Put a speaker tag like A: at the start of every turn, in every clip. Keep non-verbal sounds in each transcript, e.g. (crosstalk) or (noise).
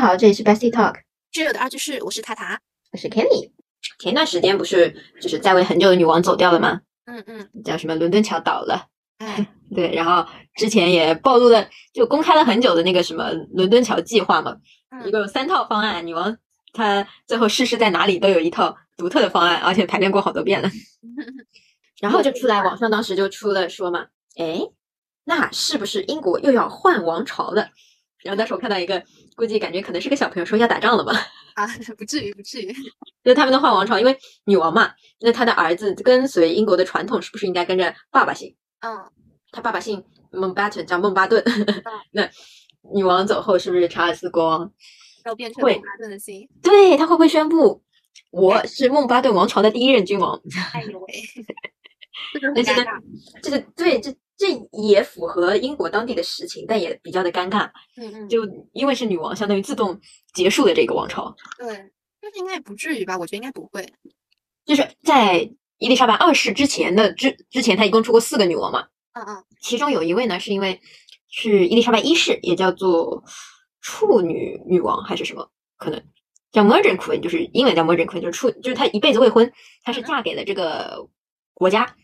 A: 好，这里是 Bestie Talk，
B: 炙热的二居室，我是塔塔。
A: 我是 Kenny。前段时间不是就是在位很久的女王走掉了吗？
B: 嗯嗯，
A: 叫什么伦敦桥倒了，
B: 哎，
A: (laughs) 对，然后之前也暴露了，就公开了很久的那个什么伦敦桥计划嘛，
B: 嗯
A: 一共有三套方案，女王她最后逝世在哪里都有一套独特的方案，而且排练过好多 (laughs) 遍了。然后就出来，网上当时就出了说嘛，哎，那是不是英国又要换王朝了？然后当时我看到一个，估计感觉可能是个小朋友说要打仗了吧，
B: 啊， (laughs) 不至于，不至于。
A: 就是他们的换王朝，因为女王嘛，那她的儿子跟随英国的传统，是不是应该跟着爸爸姓？
B: 嗯，
A: 他爸爸姓孟巴顿，叫孟巴顿。 (laughs) 那女王走后，是不是查尔斯国王？
B: 要变成
A: 会
B: 曼哈顿的心。
A: 对他会不会宣布我是孟巴顿王朝的第一任君王？
B: 哎呦
A: (laughs)
B: 喂，这个很
A: 而且
B: 尴
A: 呢
B: 尬。，
A: 这个对这这也符合英国当地的实情，但也比较的尴尬。
B: 嗯嗯，
A: 就因为是女王，相当于自动结束了这个王朝。
B: 对，但是应该也不至于吧？我觉得应该不会。
A: 就是在伊丽莎白二世之前的之之前，她一共出过四个女王嘛。
B: 嗯嗯，
A: 其中有一位呢，是因为是伊丽莎白一世，也叫做处女女王还是什么，可能叫 Merchant Queen，就是英文叫 Merchant Queen，就是处，就是她一辈子未婚，她是嫁给了这个国家，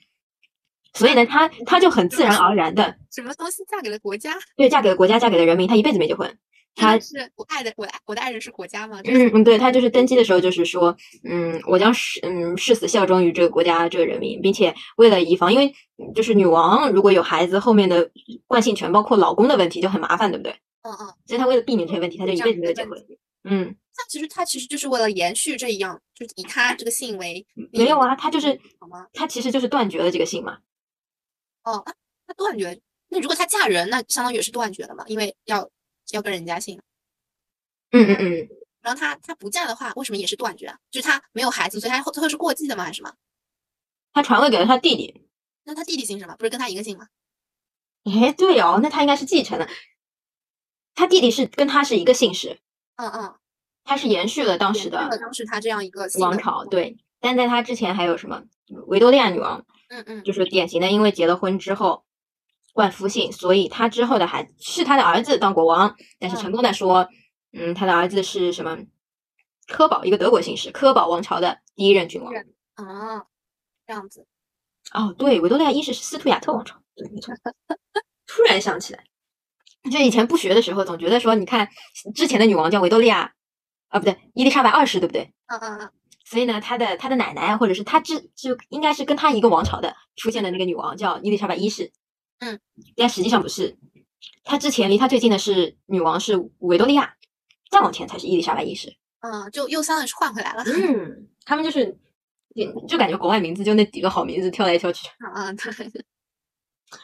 A: 所以呢，她她就很自然而然的，
B: 什么东西嫁给了国家？
A: 对，嫁给了国家，嫁给了人民，她一辈子没结婚，她
B: 是我爱的，我的我的爱人是国家吗？这
A: 嗯嗯，对他就是登基的时候就是说，嗯，我将誓嗯誓死效忠于这个国家这个人民，并且为了以防，因为嗯就是女王如果有孩子，后面的惯性权包括老公的问题就很麻烦，对不对？
B: 嗯嗯，
A: 所以他为了避免这些问题，他就一
B: 这
A: 辈
B: 样
A: 子
B: 一
A: 没
B: 个
A: 有结
B: 问
A: 婚。嗯，
B: 那其实他其实就是为了延续这一样，就是以他这个姓为
A: 没有
B: 名
A: 啊，他就是
B: 好吗？
A: 他其实就是断绝了这个姓嘛。
B: 哦，那那断绝。那如果他嫁人，那相当于也是断绝了嘛，因为要要跟人家姓。
A: 嗯嗯嗯，
B: 然后他他不嫁的话，为什么也是断绝啊？就是他没有孩子，所以他后最后是过继的吗？还是什么？
A: 他传位给了他弟弟。
B: 那他弟弟姓什么？不是跟他一个姓吗？
A: 哎，对哦，那他应该是继承了。他弟弟是跟他是一个姓氏，
B: 嗯嗯，
A: 他是延续了嗯当
B: 延
A: 时
B: 续
A: 的
B: 了当时他这样一个姓
A: 王
B: 的
A: 朝。，对，但在他之前还有什么维多利亚女王？
B: 嗯嗯，
A: 就是典型的，因为结了婚之后冠夫姓，所以他之后的孩子是他的儿子当国王，但是成功的说，嗯，他的儿子是什么？科宝，一个德国姓氏，科宝王朝的第一任君王。
B: 啊，这样子，
A: 哦，对，维多利亚一世是斯图亚特王朝，对，没错。突然想起来，就以前不学的时候，总觉得说，你看之前的女王叫维多利亚，啊，不对，伊丽莎白二世，对不对？
B: 嗯嗯嗯，
A: 所以呢，她的她的奶奶或者是她之就应该是跟她一个王朝的出现的那个女王叫伊丽莎白一世，
B: 嗯，
A: 但实际上不是，她之前离她最近的是女王是维多利亚，再往前才是伊丽莎白一世。
B: 嗯，就又相当于是换回来了， (laughs)
A: 嗯，他们就是也就感觉国外名字就那几个好名字挑来挑去， (laughs)
B: 嗯嗯，对，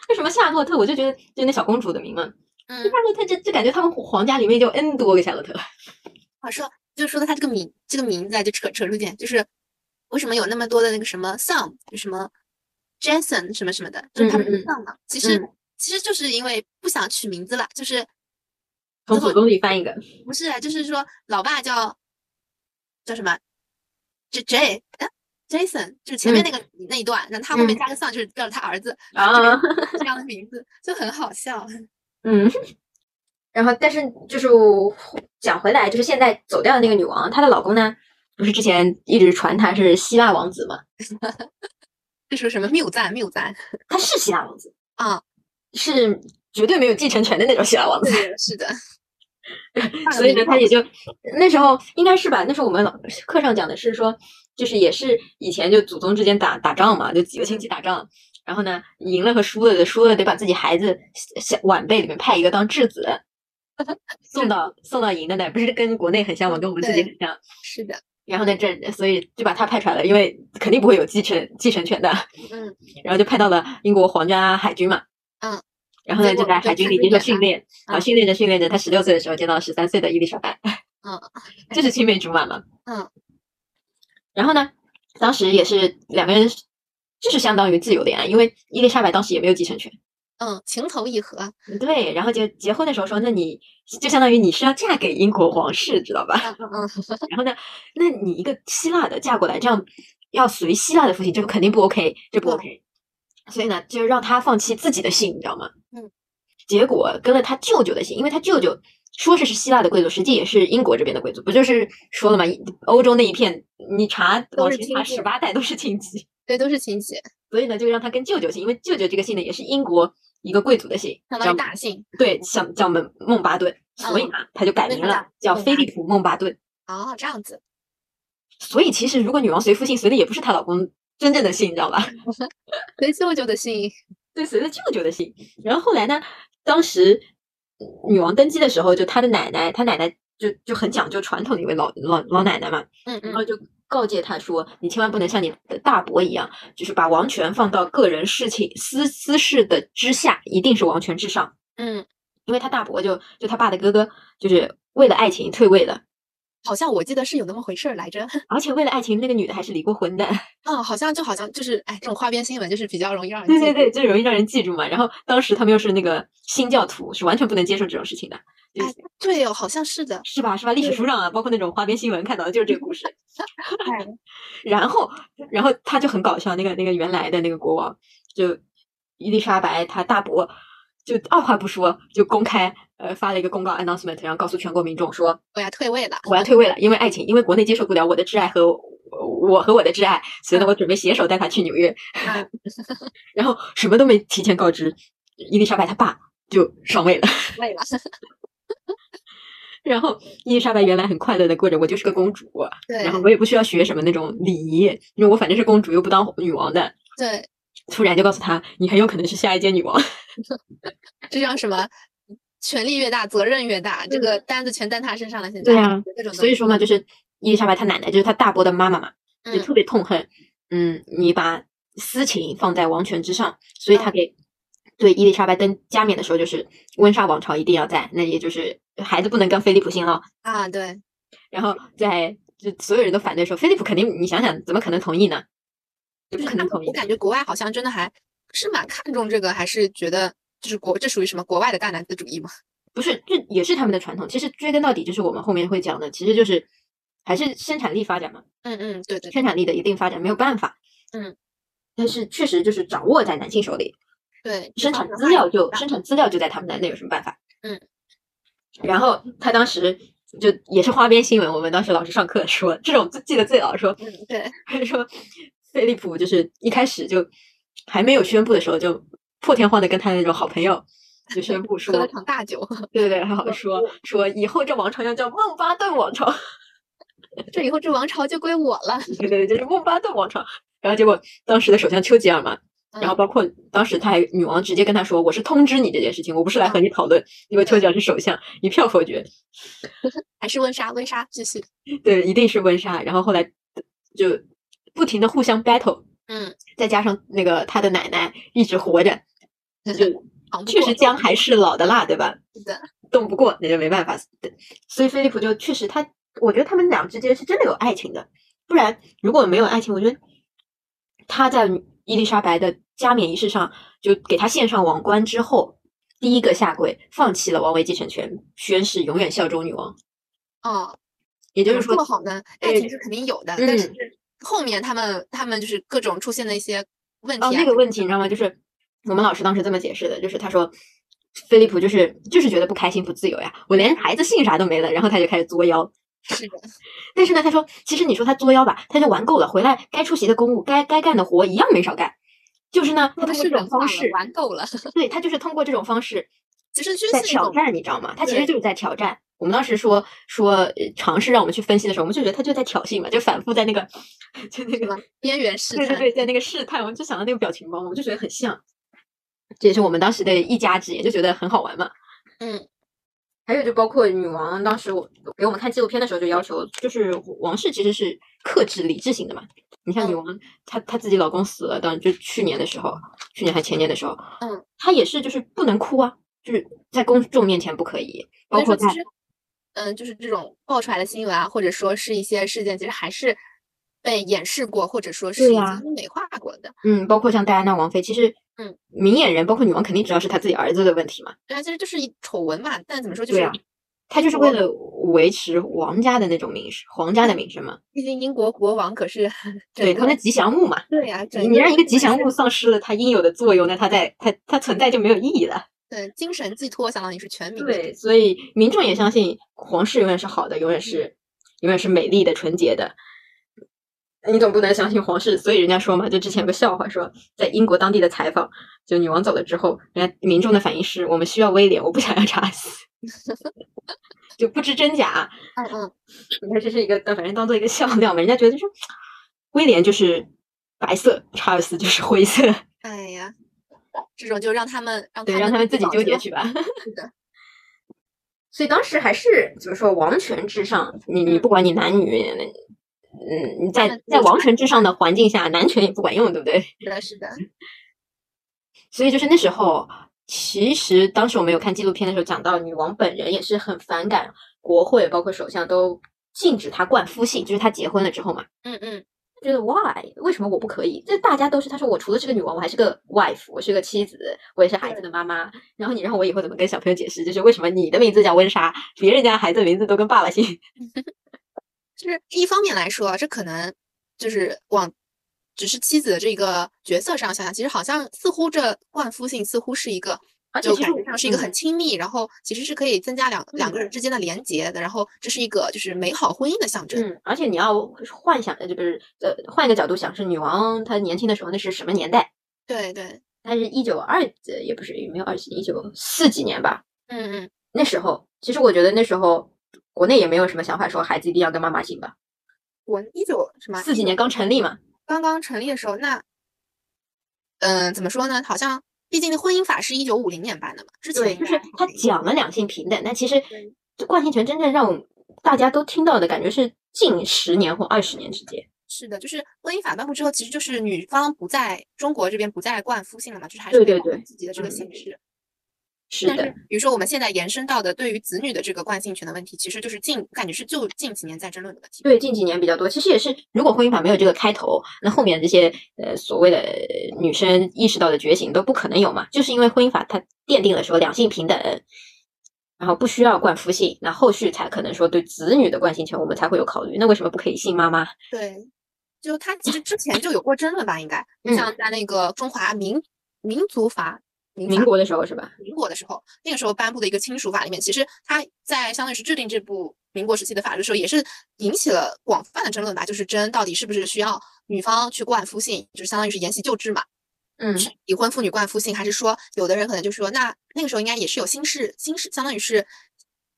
A: 为什么夏洛特？我就觉得就那小公主的名嘛，夏
B: 嗯，
A: 洛特就就感觉他们皇家里面就 N 多个夏洛特。
B: 我说就说到他这个名这个名字啊，就扯扯出点，就是为什么有那么多的那个什么 Sam，就什么 Jason 什么什么的，就是他们
A: 嗯嗯嗯
B: Sam 嘛，其实
A: 嗯
B: 其实就是因为不想取名字了，就是
A: 从祖宗里翻一 (laughs) 个，
B: 不是啊，就是说老爸叫叫什么？J J 哎 Jason，就是前面那个、那一段，然后他后面
A: 嗯
B: 加个 son，就是叫他儿子
A: 啊，
B: 这样的名字，就很好笑。
A: 嗯， (laughs) 然后但是就是我讲回来，就是现在走掉的那个女王，她的老公呢，不是之前一直传她是希腊王子嘛？
B: 这是什么谬赞谬赞
A: 他是希腊王子，
B: 啊？
A: 是绝对没有继承权的那种希腊王子，
B: 对，是的。
A: (laughs)
B: 换
A: 所
B: 个
A: 以呢，
B: 名
A: 他
B: 字
A: 也就那时候应该是吧？那时候我们老课上讲的是说，就是也是以前就祖宗之间打打仗嘛，就几个亲戚打仗。然后呢，赢了和输了的，输了得把自己孩子小晚辈里面派一个当质子，送到送到赢的那，不是跟国内很像吗？跟我们自己很像。
B: (laughs) 是的，
A: 然后呢，这所以就把他派出来了，因为肯定不会有继承继承权的。
B: 嗯，
A: (laughs) 然后就派到了英国皇家海军嘛。
B: 嗯。
A: 然后呢，
B: 结
A: 就
B: 果
A: 在海
B: 就
A: 军
B: 看
A: 里
B: 着
A: 接受
B: 远
A: 训
B: 了
A: 练，啊，
B: 嗯
A: 训练着训练着，他十六岁的时候见到十三岁的伊丽莎白，
B: (laughs) 嗯，
A: 这是青梅竹马嘛。
B: 嗯。
A: 然后呢，当时也是两个人，就是相当于自由恋爱，因为伊丽莎白当时也没有继承权。
B: 嗯，情投意合，
A: 对，然后就结婚的时候说，那你就相当于你是要嫁给英国皇室，知道吧？
B: 嗯嗯嗯，
A: (laughs) 然后呢，那你一个希腊的嫁过来，这样要随希腊的父亲，这个肯定不 OK，这不
B: 对
A: OK。所以呢，就让他放弃自己的姓，你知道吗？
B: 嗯。
A: 结果跟了他舅舅的姓，因为他舅舅说是是希腊的贵族，实际也是英国这边的贵族，不就是说了吗？欧洲那一片，你查
B: 都
A: 往
B: 是
A: 前
B: 亲
A: 查
B: 戚
A: 十八代都是亲戚，
B: 对，都是亲戚，
A: 所以呢，就让他跟舅舅姓，因为舅舅这个姓呢也是英国一个贵族的姓，
B: 相当
A: 叫
B: 于大姓
A: 对，叫叫孟孟巴顿，所以
B: 嗯
A: 呢他就改
B: 那
A: 名
B: 个叫
A: 了，叫
B: 孟
A: 菲
B: 巴
A: 利普孟巴顿。
B: 哦，这样子，
A: 所以其实如果女王随父姓，随的也不是她老公真正的姓，你知道吧？ (laughs)
B: 所以舅舅的姓
A: 对，随着舅舅的姓。然后后来呢，当时女王登基的时候，就她的奶奶，她奶奶就就很讲究传统的一位老老老奶奶嘛，
B: 嗯
A: 然
B: 嗯
A: 后就告诫她说，你千万不能像你的大伯一样，就是把王权放到个人事情私私事的之下，一定是王权至上。
B: 嗯，
A: 因为她大伯就就她爸的哥哥，就是为了爱情退位的，
B: 好像我记得是有那么回事儿来着， (laughs)
A: 而且为了爱情，那个女的还是离过婚的。
B: 啊，好像就好像就是哎，这种花边新闻就是比较容易让人
A: 对
B: 记
A: 对
B: 住
A: 对，就容易让人记住嘛。然后当时他们又是那个新教徒，是完全不能接受这种事情的，就
B: 哎
A: 是
B: 对哦，好像是的，
A: 是吧？是吧？历史书上啊，包括那种花边新闻看到的就是这个故事。
B: 哎，
A: 然后，然后他就很搞笑，那个那个原来的那个国王，就伊丽莎白，她大伯就二话不说就公开呃发了一个公告 announcement，然后告诉全国民众说
B: 我要退位了，
A: 我要退位了，因为爱情，因为国内接受不了我的挚爱和我和我的挚爱，所以呢，我准备携手带他去纽约。
B: 啊
A: (laughs) 然后什么都没提前告知，伊丽莎白她爸就上位了。 (laughs)
B: 位了，
A: 然后伊丽莎白原来很快乐的过着我就是个公主，
B: 对
A: 然后我也不需要学什么那种礼仪，因为我反正是公主又不当女王的。
B: 对，
A: 突然就告诉她，你很有可能是下一届女王。
B: 这叫什么？权力越大，责任越大，这个担子全担他身上了。现在
A: 嗯对啊，
B: 这种
A: 所以说嘛，就是伊丽莎白她奶奶，就是她大伯的妈妈嘛，
B: 东
A: 就
B: 西
A: 特别痛恨，嗯，你把私情放在王权之上，所
B: 嗯
A: 以他给对伊丽莎白登加冕的时候，就是温莎王朝一定要在，那也就是孩子不能跟菲利普姓了。
B: 嗯啊，对，
A: 然后在就所有人都反对说，菲利普肯定，你想想怎么可能同意呢？就
B: 就
A: 不
B: 是
A: 可
B: 他
A: 能
B: 们
A: 同意
B: 我
A: 的。
B: 感觉国外好像真的还是蛮看重这个，还是觉得就是国这属于什么国外的大男子主义嘛？ (laughs)
A: 不是，这也是他们的传统。其实追根到底，就是我们后面会讲的，其实就是还是生产力发展嘛，
B: 嗯嗯，对对，
A: 生产力的一定发展没有办法。
B: 嗯，
A: 但是确实就是掌握在男性手里，
B: 对，这
A: 生
B: 方
A: 产
B: 面
A: 资
B: 话也
A: 料
B: 很
A: 就
B: 大
A: 生产资料就在他们那，那有什么办法？
B: 嗯。
A: 然后他当时就也是花边新闻，我们当时老师上课说，这种记得最牢，说
B: 嗯对，
A: 说菲利普就是一开始就还没有宣布的时候，就破天荒的跟他那种好朋友就宣
B: (laughs)
A: 布说
B: 喝，了场大酒，
A: 对对对，然后说说以后这王朝要叫孟巴顿王朝，
B: 这以后这王朝就归我了。
A: 对对，对就是孟巴顿王朝。然后结果当时的首相丘吉尔嘛，然后包括当时他还女王直接跟他说：“我是通知你这件事情，我不是来和你讨论，因为丘吉尔是首相，一票否决，
B: 还是温莎，温莎继续。
A: 对，一定是温莎。”然后后来就不停的互相 battle，
B: 嗯，
A: 再加上那个他的奶奶一直活着，
B: (laughs)
A: 就
B: 扛不
A: 确
B: 过
A: 实姜还是老的辣，对吧？
B: 是的，
A: 动不过那就没办法。所以菲利普就确实他，我觉得他们俩之间是真的有爱情的，不然如果没有爱情，我觉得他在伊丽莎白的加冕仪式上就给他献上王冠之后，第一个下跪，放弃了王位继承权，宣誓永远效忠女王。
B: 哦，
A: 也就是
B: 做
A: 说，
B: 好呢，
A: 呃
B: 爱情是肯定有的，但是
A: 嗯
B: 后面他们他们就是各种出现的一些问题
A: 哦，
B: 啊，
A: 那个问题你知道吗？就是我们老师当时这么解释的，就是他说。菲利普就是就是觉得不开心不自由呀，我连孩子姓啥都没了，然后他就开始作妖，
B: 是的，
A: 但是呢，他说，其实你说他作妖吧，他就玩够了，回来该出席的公务、该该干的活一样没少干，就是呢，他通
B: 他
A: 过
B: 是
A: 这种方式，
B: 玩够了，
A: 对他就是通过这种方式
B: 其实就
A: 在
B: 是一
A: 挑
B: 种
A: 战，你知道吗？他其实
B: 对
A: 就是在挑战。我们当时说说呃尝试让我们去分析的时候，我们就觉得他就在挑衅嘛，就反复在那个就那
B: 什
A: 个
B: 么边缘试
A: 对对
B: 探，
A: 对，在那个试探，我们就想到那个表情包嘛，我就觉得很像。这也是我们当时的一家之言，就觉得很好玩嘛。
B: 嗯，
A: 还有就包括女王当时我给我们看纪录片的时候就要求，就是王室其实是克制理智型的嘛。你像女
B: 嗯
A: 王，她她自己老公死了，当然就去年的时候，去年还前年的时候，
B: 嗯，
A: 她也是就是不能哭啊，就是在公众面前不可以，
B: 所
A: 包
B: 以
A: 括
B: 说其
A: 在
B: 实，嗯，就是这种爆出来的新闻啊，或者说是一些事件，其实还是被掩饰过，或者说是
A: 对
B: 已
A: 呀
B: 经美化过的。
A: 嗯，包括像戴安娜王妃，其实
B: 嗯，
A: 明眼人包括女王肯定知道是她自己儿子的问题嘛，
B: 对啊，其实就是一丑闻嘛，但怎么说就
A: 对
B: 是
A: 啊。她就是为
B: 我
A: 了维持王家的那种名声，皇家的名声嘛，
B: 毕竟英国国王可是 (laughs)
A: 对，
B: 整
A: 他
B: 个
A: 的吉祥物嘛，
B: 对呀、整
A: 你让一个
B: 国
A: 吉
B: 还
A: 祥
B: 是
A: 物丧失了它应有的作用，那它在它它存在就没有意义了。
B: 对，精神寄托相当于是全民。
A: 对，所以民众也相信皇室永远是好的，永远是永远是美丽的、纯洁的。你总不能相信皇室，所以人家说嘛，就之前有个笑话说，在英国当地的采访，就女王走了之后，人家民众的反应是我们需要威廉，我不想要查死， (laughs) 就不知真假。
B: 嗯嗯，
A: 你看这是一个，呃反正当做一个笑料嘛，人家觉得就是威廉就是白色，查尔斯就是灰色，
B: 哎呀，这种就让他们让
A: 对，让他们自己
B: 搞
A: 纠结
B: 吧
A: 去吧。 (laughs)
B: 是的，
A: 所以当时还是怎么说，王权至上，你你
B: 嗯
A: 不管你男女，嗯，你
B: 他
A: 在
B: 们
A: 在
B: 自
A: 王
B: 传
A: 权至上的环境下，男权也不管用，对不对？
B: 是的，是的，
A: 所以就是那时候，其实当时我们有看纪录片的时候讲到，女王本人也是很反感国会，包括首相都禁止她冠夫姓，就是她结婚了之后嘛，
B: 嗯嗯，
A: 觉得 why 为什么我不可以？这大家都是，她说我除了是个女王，我还是个 wife，我是个妻子，我也是孩子的妈妈。然后你让我以后怎么跟小朋友解释，就是为什么你的名字叫温莎，别人家孩子的名字都跟爸爸姓？
B: 就是一方面来说，这可能就是往只是妻子的这个角色上想想，其实好像似乎这冠夫姓似乎是一个。
A: 而且
B: 就
A: 其
B: 感
A: 实
B: 觉
A: 我
B: 上是一个
A: 嗯
B: 很亲密，然后其实是可以增加两两个人之间的连结的，然后这是一个就是美好婚姻的象征。
A: 嗯，而且你要幻想，呃，就不是呃，换一个角度想，是女王她年轻的时候那是什么年代？
B: 对对，
A: 她是一九二，呃也不是也没有二几，一九四几年吧。
B: 嗯嗯，
A: 那时候，其实我觉得那时候国内也没有什么想法说孩子一定要跟妈妈姓吧。
B: 我一九什么
A: 四几
B: 19
A: 年刚成立嘛，
B: 刚刚成立的时候，那，嗯、怎么说呢？好像毕竟那婚姻法是一九五零年颁的嘛，之前
A: 对，
B: 应
A: 就是
B: 该还
A: 他
B: 没
A: 讲了两性平等，但其实
B: 对
A: 冠姓权真正让我们大家都听到的感觉是近十年或二十年之间。
B: 是的，就是婚姻法颁布之后，其实就是女方不在中国这边不再冠夫姓了嘛，就是还
A: 对
B: 是可以
A: 对
B: 保护
A: 对
B: 自己的这个
A: 嗯
B: 姓氏。
A: 是
B: 但
A: 的
B: 是，，比如说我们现在延伸到的对于子女的这个冠姓权的问题，其实就是近感觉是就近几年在争论的问题。
A: 对，近几年比较多。其实也是，如果婚姻法没有这个开头，那后面这些呃所谓的呃女生意识到的觉醒都不可能有嘛。就是因为婚姻法它奠定了说两性平等，然后不需要冠夫姓，那后续才可能说对子女的冠姓权我们才会有考虑。那为什么不可以姓妈妈？
B: 对，就他其实之前就有过争论吧，应该
A: 嗯
B: 像在那个中华民民族法。民
A: 民
B: 法
A: 国的时候是吧？
B: 民国的时候，那个时候颁布的一个亲属法里面，其实它在相当于是制定这部民国时期的法律的时候，也是引起了广泛的争论吧，就是争到底是不是需要女方去冠夫姓，就是相当于是沿袭旧制嘛，
A: 嗯
B: 是已婚妇女冠夫姓，还是说有的人可能就说，那那个时候应该也是有新式新式，相当于是。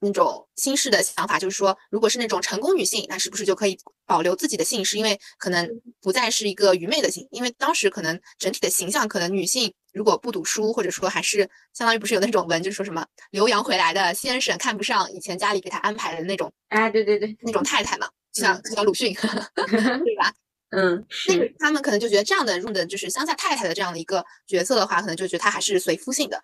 B: 那种新式的想法就是说，如果是那种成功女性，那是不是就可以保留自己的姓氏？因为可能不再是一个愚昧的姓，因为当时可能整体的形象，可能女性如果不读书，或者说还是相当于不是有那种文，就是说什么留洋回来的先生看不上以前家里给他安排的那种
A: 啊，对对对，
B: 那种太太嘛，就像就像鲁迅， (laughs) 对吧？
A: 嗯，
B: 那
A: 是
B: 个他们可能就觉得这样的入的就是乡下太太的这样的一个角色的话，可能就觉得她还是随夫姓的。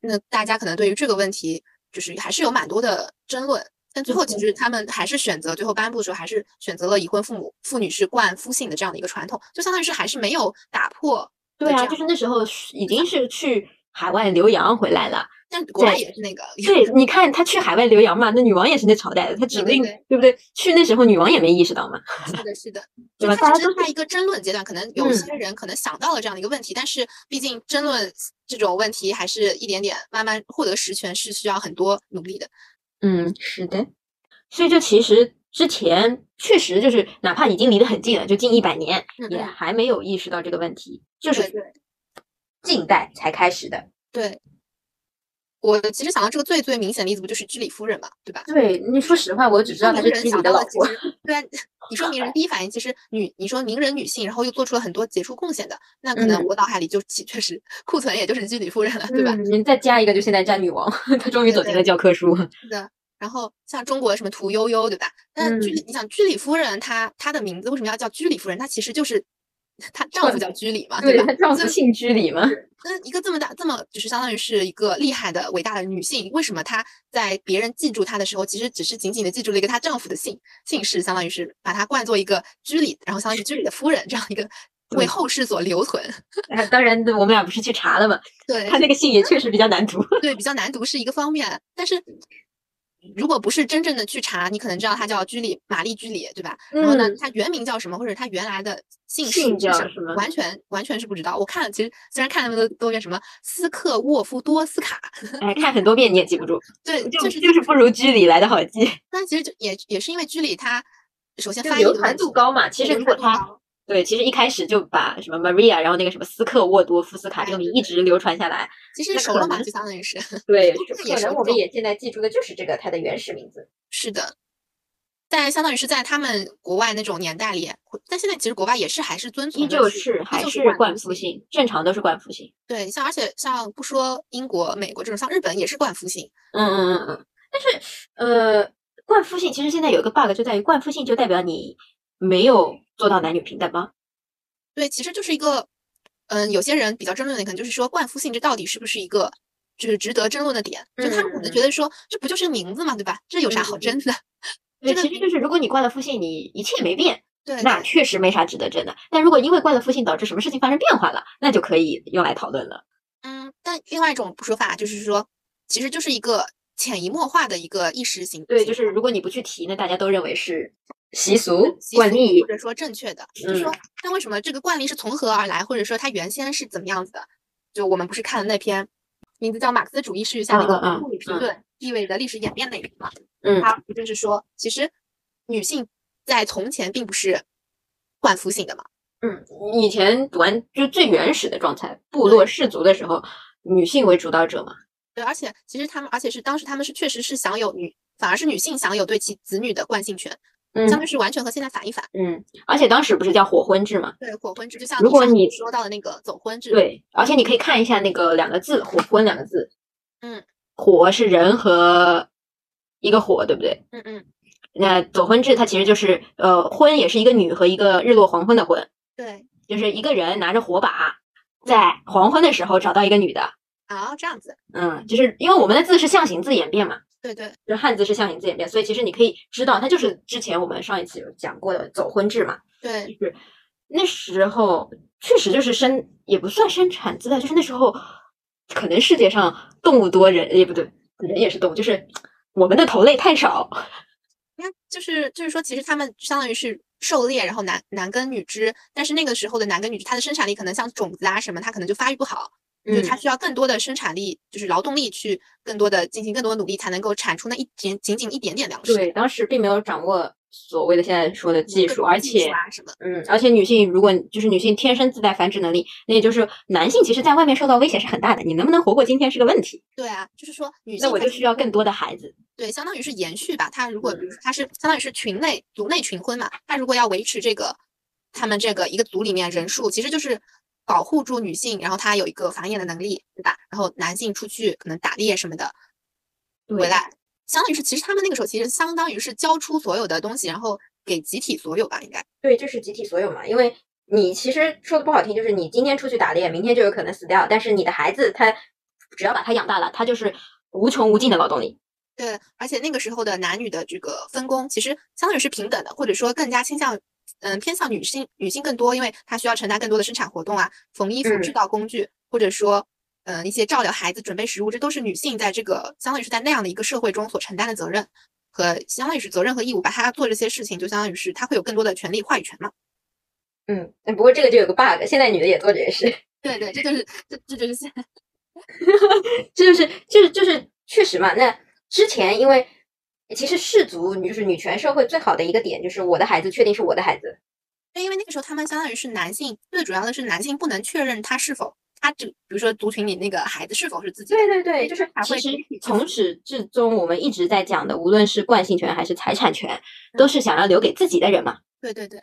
B: 那大家可能对于这个问题就是还是有蛮多的争论，但
A: 嗯
B: 最后其实他们还是选择最后颁布的时候还是选择了已婚父母妇女是冠夫姓的这样的一个传统，就相当于是还是没有打破。
A: 对
B: 这
A: 啊，
B: 样
A: 就是那时候是已经是去海外留洋回来了。
B: (laughs) 但国外
A: 对
B: 也是那个，
A: 对，你看他去海外留洋嘛，那女王也是那朝代的，他指
B: 对
A: 不
B: 对
A: 定
B: 对
A: 不对？去那时候女王也没意识到嘛，
B: 是的，是的，
A: 对
B: 就
A: 吧
B: 它
A: 大
B: 只
A: 家
B: 是
A: 都
B: 在一个争论阶段，可能有
A: 嗯
B: 些人可能想到了这样的一个问题，但是毕竟争论这种问题还是一点点慢慢获得实权是需要很多努力的。
A: 嗯，是的。所以就其实之前确实就是，哪怕已经离得很近了，就近一百年，
B: 嗯
A: 也
B: 嗯
A: 还没有意识到这个问题，就
B: 对
A: 是近代才开始的。
B: 对，我其实想到这个最最明显的例子不就是居里夫人嘛，对吧？
A: 对，你说实话，我只知道
B: 名
A: 她是
B: 人
A: 居里
B: 想
A: 的
B: 到
A: 老
B: 了其
A: 婆。
B: 实对啊， (laughs) 你说名人第一反应其实女，你说名人女性，然后又做出了很多杰出贡献的，那可能
A: 嗯
B: 我脑海里就其确实库存也就是居里夫人了，对吧？
A: 嗯你再加一个，就现在加女王，她终于
B: 对
A: 走进
B: 对啊
A: 了教科书。
B: 是的。然后像中国什么屠呦呦，对吧？但
A: 嗯
B: 居里，你想居里夫人她她的名字为什么要叫居里夫人？她其实就是她丈夫叫居里嘛，
A: 对，
B: 吧
A: 她？丈
B: 所
A: 夫
B: 以
A: 姓居里嘛。
B: 那一个这么大这么就是相当于是一个厉害的伟大的女性，为什么她在别人记住她的时候，其实只是紧紧的记住了一个她丈夫的姓姓氏，相当于是把她冠作一个居里，然后相当于是居里的夫人这样
A: (laughs)
B: 一个为
A: 对
B: 后世所留存。
A: 啊当然，我们俩不是去查了嘛，
B: 对 (laughs)
A: 她那个姓也确实比较难读。
B: 对，比较难读是一个方面，但是如果不是真正的去查，你可能知道他叫居里玛丽居里，对吧？然后呢
A: 嗯，
B: 他原名叫什么，或者他原来的姓氏
A: 姓
B: 是
A: 叫
B: 什么
A: 什么
B: 完全完全是不知道。我看了，其实虽然看他们都都叫什么斯克沃夫多斯卡，
A: 哎，看很多遍你也记不住，
B: 对，
A: 就
B: 就是
A: 就是不如居里来的好记，
B: 但其实就也也是因为居里他首先
A: 就
B: 发音
A: 流
B: 的
A: 传
B: 问
A: 度
B: 题
A: 高嘛。其实
B: 流
A: 如果
B: 传度
A: 他
B: 高
A: 对，其实一开始就把什么 Maria，然后那个什么斯克沃多夫斯卡这
B: 哎
A: 个名
B: 对
A: 一直流传下来。
B: 其实
A: 那
B: 熟
A: 可
B: 了嘛，
A: 能
B: 就相当于是
A: (laughs)
B: (laughs)
A: 对，
B: 那也
A: 可
B: 是
A: 能
B: 一
A: 我们
B: 种
A: 也现在记住的就是这个它的原始名字。
B: 是的。但相当于是在他们国外那种年代里，但现在其实国外也是还是遵从
A: 依
B: 的
A: 旧
B: 去
A: 是还
B: 就是冠
A: 冠夫姓，正常都是冠夫姓。
B: 对，像而且像不说英国、美国这种，像日本也是冠夫姓。
A: 嗯嗯嗯嗯。但是呃，冠夫姓其实现在有一个 bug 就在于冠夫姓就代表你没有做到男女平等吗？
B: 对，其实就是一个，嗯，有些人比较争论的，可能就是说冠夫姓这到底是不是一个，就是值得争论的点。就他们可能觉得说，这不就是个名字嘛，对吧？这有啥
A: 嗯
B: 好
A: 嗯嗯
B: 争的？ (laughs)
A: 对，
B: 这个
A: 其实就是如果你冠了夫姓，你一切没变，
B: 对，
A: 那
B: 对
A: 确实没啥值得争的。但如果因为冠了夫姓导致什么事情发生变化了，那就可以用来讨论了。
B: 嗯，但另外一种说法就是说，其实就是一个潜移默化的一个意识形，
A: 对，
B: 形
A: 就是
B: 成
A: 如果你不去提，那大家都认为是习俗
B: 习
A: 惯
B: 俗
A: 例嗯
B: 或。者说正确的，就是说，那为什么这个惯例是从何而来，或者说它原先是怎么样子的？就我们不是看了那篇名字叫《马克思主义视域下的一
A: 嗯嗯
B: 个
A: 嗯
B: 物理评
A: 嗯
B: 论地位的历史演变》那一篇嘛？
A: 嗯
B: 它不就是说，其实女性在从前并不是冠夫姓的嘛？
A: 嗯，以前玩就最原始的状态，部落氏族的时候，女性为主导者嘛。
B: 对，而且其实他们，而且是当时他们是确实是享有女，反而是女性享有对其子女的惯性权，
A: 嗯
B: 相当于是完全和现在反一反。
A: 嗯，而且当时不是叫火婚制嘛？
B: 对，火婚制就像
A: 如果
B: 上次
A: 你
B: 说到的那个走婚制，，
A: 对，而且你可以看一下那个两个字“火婚”两个字。
B: 嗯，
A: 火是人和一个火，对不对？
B: 嗯嗯，
A: 那走婚制它其实就是呃，婚也是一个女和一个日落黄昏的婚，
B: 对
A: 就是一个人拿着火把，在黄昏的时候找到一个女的。
B: 啊，这样子，
A: 嗯，就是因为我们的字是象形字演变嘛。
B: 对对，
A: 就是汉字是象形字演变，所以其实你可以知道，它就是之前我们上一期有讲过的走婚制嘛，
B: 对，
A: 就是那时候确实就是生也不算生产资料，就是那时候可能世界上动物多人也不对，人也是动物，就是我们的头类太少，
B: 应该就是就是说，其实他们相当于是狩猎，然后男男耕女织，但是那个时候的男耕女织，它的生产力可能像种子啊什么，它可能就发育不好，就
A: 嗯
B: 它需要更多的生产力，就是劳动力去更多的进行更多的努力，才能够产出那一点仅仅一点点粮
A: (laughs)
B: 食，
A: 对，当时并没有掌握所谓的现在说的技
B: 各
A: 术，
B: 种
A: 而
B: 技术
A: 且
B: 啊什么的，
A: 嗯，而且女性如果就是女性天生自带繁殖能力，那也就是男性其实在外面受到威胁是很大的，你能不能活过今天是个问题，
B: 对啊，就是说女性
A: 那我
B: 她
A: 就
B: 其
A: 需
B: 实
A: 要更多的孩子。
B: 对，相当于是延续吧。它如果比如
A: 嗯
B: 说它是相当于是群内族内群婚嘛，它如果要维持这个他们这个一个族里面人数，其实就是保护住女性，然后她有一个繁衍的能力，对吧？然后男性出去可能打猎什么的，回
A: 对
B: 来，相当于是其实他们那个时候其实相当于是交出所有的东西，然后给集体所有吧，应该
A: 对，就是集体所有嘛。因为你其实说的不好听，就是你今天出去打猎，明天就有可能死掉。但是你的孩子，他只要把他养大了，他就是无穷无尽的劳动力。
B: 对。而且那个时候的男女的这个分工其实相当于是平等的，或者说更加倾向。嗯，偏向女性，女性更多，因为她需要承担更多的生产活动啊，缝衣服、制
A: 嗯
B: 造工具，或者说，嗯、一些照料孩子、准备食物，这都是女性在这个相当于是在那样的一个社会中所承担的责任和相当于是责任和义务吧。她做这些事情，就相当于是她会有更多的权利、话语权嘛。
A: 嗯，不过这个就有个 bug，现在女的也做这个事，
B: 对对，这就是这这就是现
A: 这 (laughs) 就是就是就是确实嘛。那之前因为其实氏族就是女权社会最好的一个点，就是我的孩子确定是我的孩子。
B: 对，因为那个时候他们相当于是男性，最主要的是男性不能确认他是否他这，比如说族群里那个孩子是否是自己的。
A: 对对对，就是
B: 还
A: 其
B: 会
A: 实
B: 集体去
A: 从始至终我们一直在讲的，无论是惯性权还是财产权，都是想要留给自己的人嘛。
B: 对对对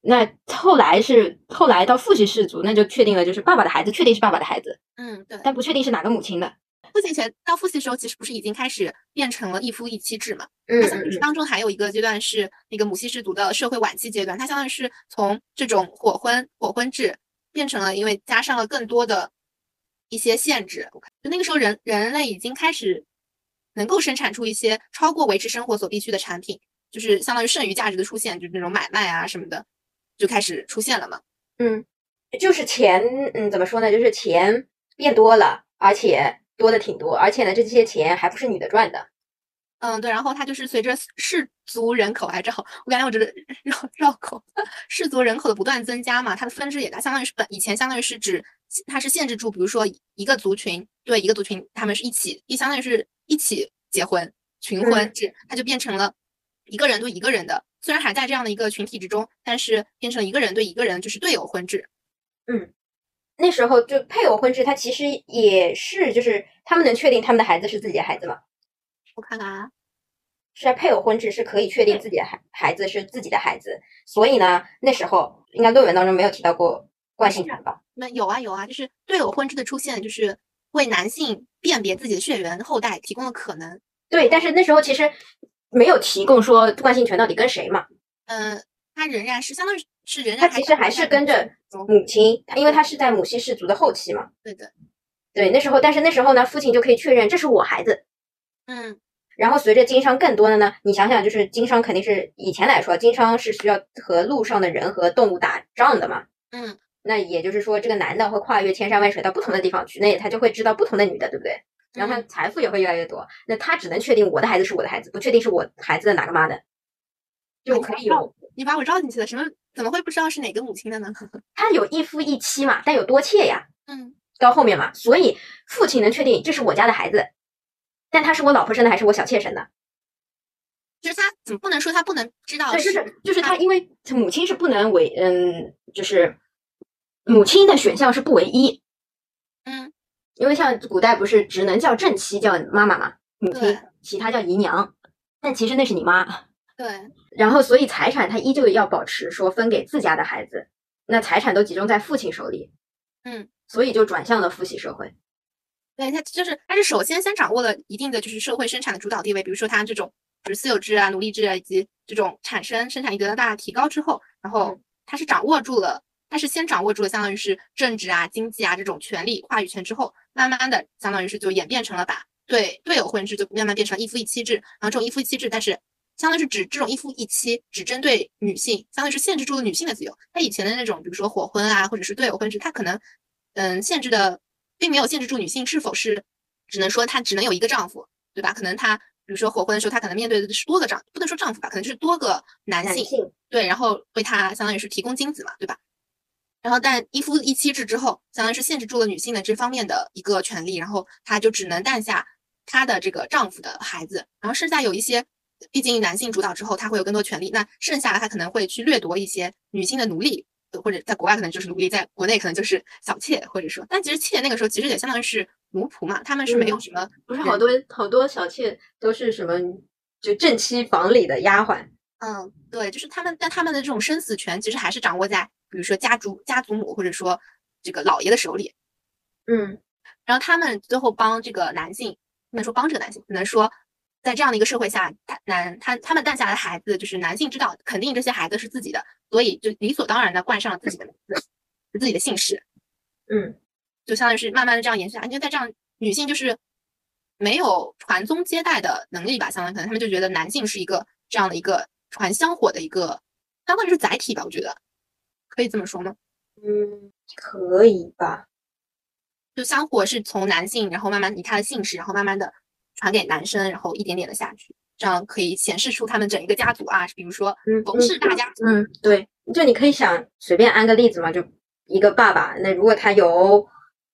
A: 那后来是后来到父系氏族，那就确定了，就是爸爸的孩子确定是爸爸的孩子，
B: 嗯对。
A: 但不确定是哪个母亲的。
B: 父亲权到父系的时候，其实不是已经开始变成了一夫一妻制嘛？
A: 嗯
B: 它相当于是当中还有一个阶段是那个母系氏族的社会晚期阶段，它相当于是从这种火婚火婚制变成了，因为加上了更多的一些限制。就那个时候人人类已经开始能够生产出一些超过维持生活所必需的产品，就是相当于剩余价值的出现，就是那种买卖啊什么的就开始出现了嘛。
A: 嗯，就是钱，嗯，怎么说呢？就是钱变多了，而且多的挺多，而且呢，这些钱还不是女的赚的。
B: 嗯，对，然后它就是随着氏族人口还是好，我感觉我这个绕绕口， (laughs) 氏族人口的不断增加嘛，它的分支也大，相当于是本以前相当于是指它是限制住，比如说一个族群对一个族群，他们是一起，一相当于是一起结婚群婚制，它就变成了一个人对一个人的，虽然还在这样的一个群体之中，但是变成一个人对一个人就是队友婚制，
A: 那时候就配偶婚制，它其实也是就是他们能确定他们的孩子是自己的孩子吗？
B: 我看看啊，
A: 是在配偶婚制是可以确定自己的孩孩子是自己的孩子，所以呢，那时候应该论文当中没有提到过惯性权吧？
B: 那有啊有啊，就是队友婚制的出现，就是为男性辨别自己的血缘后代提供了可能。
A: 对，但是那时候其实没有提供说惯性权到底跟谁嘛，
B: 嗯，它仍然是相当于是仍然
A: 它其实还是跟着母亲，因为他是在母系氏族的后期嘛。
B: 对的，
A: 对，那时候，但是那时候呢，父亲就可以确认这是我孩子。
B: 嗯，
A: 然后随着经商更多的呢，你想想，就是经商肯定是以前来说，经商是需要和路上的人和动物打仗的嘛。
B: 嗯，
A: 那也就是说，这个男的会跨越千山万水到不同的地方去，那他就会知道不同的女的，对不对？然后他
B: 嗯
A: 财富也会越来越多。那他只能确定我的孩子是我的孩子，不确定是我孩子的哪个妈的，就可以有
B: 你把我绕进去了，什么怎么会不知道是哪个母亲的呢？ (laughs)
A: 他有一夫一妻嘛，但有多妾呀。
B: 嗯
A: 到后面嘛，所以父亲能确定这是我家的孩子，但他是我老婆生的还是我小妾生的？
B: 就是他怎么不能说他不能知道
A: 嗯对，就是哦是就是他，因为母亲是不能为嗯，就是母亲的选项是不唯一，
B: 嗯
A: 因为像古代不是只能叫正妻叫妈妈嘛，母亲
B: 对，
A: 其他叫姨娘，但其实那是你妈。
B: 对
A: 然后所以财产他依旧要保持说分给自家的孩子，那财产都集中在父亲手里，
B: 嗯，
A: 所以就转向了父系社会。
B: 对，他就是他是首先先掌握了一定的就是社会生产的主导地位，比如说他这种就是私有制啊、奴隶制啊以及这种产生生产力得到大大提高之后，然后
A: 嗯
B: 他是掌握住了，他是先掌握住了相当于是政治啊、经济啊这种权力话语权之后，慢慢的相当于是就演变成了把对队友婚制就慢慢变成了一夫一妻制，然后这种一夫一妻制，但是相当于是指这种一夫一妻只针对女性，相当于是限制住了女性的自由。他以前的那种比如说火婚啊，或者是队友婚制，他可能嗯限制的并没有限制住女性是否是，只能说她只能有一个丈夫，对吧？可能她比如说火婚的时候，她可能面对的是多个丈，不能说丈夫吧，可能是多个男
A: 男
B: 性，
A: 性
B: 对，然后为她相当于是提供精子嘛，对吧？然后，但一夫一妻制之后，相当于是限制住了女性的这方面的一个权利，然后她就只能诞下她的这个丈夫的孩子，然后剩下有一些，毕竟男性主导之后，他会有更多权利，那剩下的他可能会去掠夺一些女性的奴隶，呃或者在国外可能就是奴隶，在国内可能就是小妾，或者说，但其实妾那个时候其实也相当于是奴仆嘛，他们是没有
A: 嗯
B: 什么
A: 不是
B: 嗯
A: 好多好多小妾都是什么就正妻房里的丫鬟，
B: 嗯，对，就是他们，但他们的这种生死权其实还是掌握在，比如说家族、家族母或者说这个老爷的手里。
A: 嗯，
B: 然后他们最后帮这个男性，不能说帮这个男性，只能说在这样的一个社会下，他男他他们诞下的孩子，就是男性知道肯定这些孩子是自己的，所以就理所当然的冠上了自己的名字，自己的姓氏。
A: 嗯，
B: 就相当于是慢慢的这样延续下来，因为在这样女性就是没有传宗接代的能力吧，相当于可能他们就觉得男性是一个这样的一个传香火的一个，相当于是载体吧，我觉得可以这么说吗？
A: 嗯，可以吧？
B: 就香火是从男性，然后慢慢以他的姓氏，然后慢慢的传给男生，然后一点点的下去，这样可以显示出他们整一个家族啊，比如说
A: 嗯
B: 冯氏大家族，
A: 嗯，对，就你可以想随便安个例子嘛，就一个爸爸，那如果他有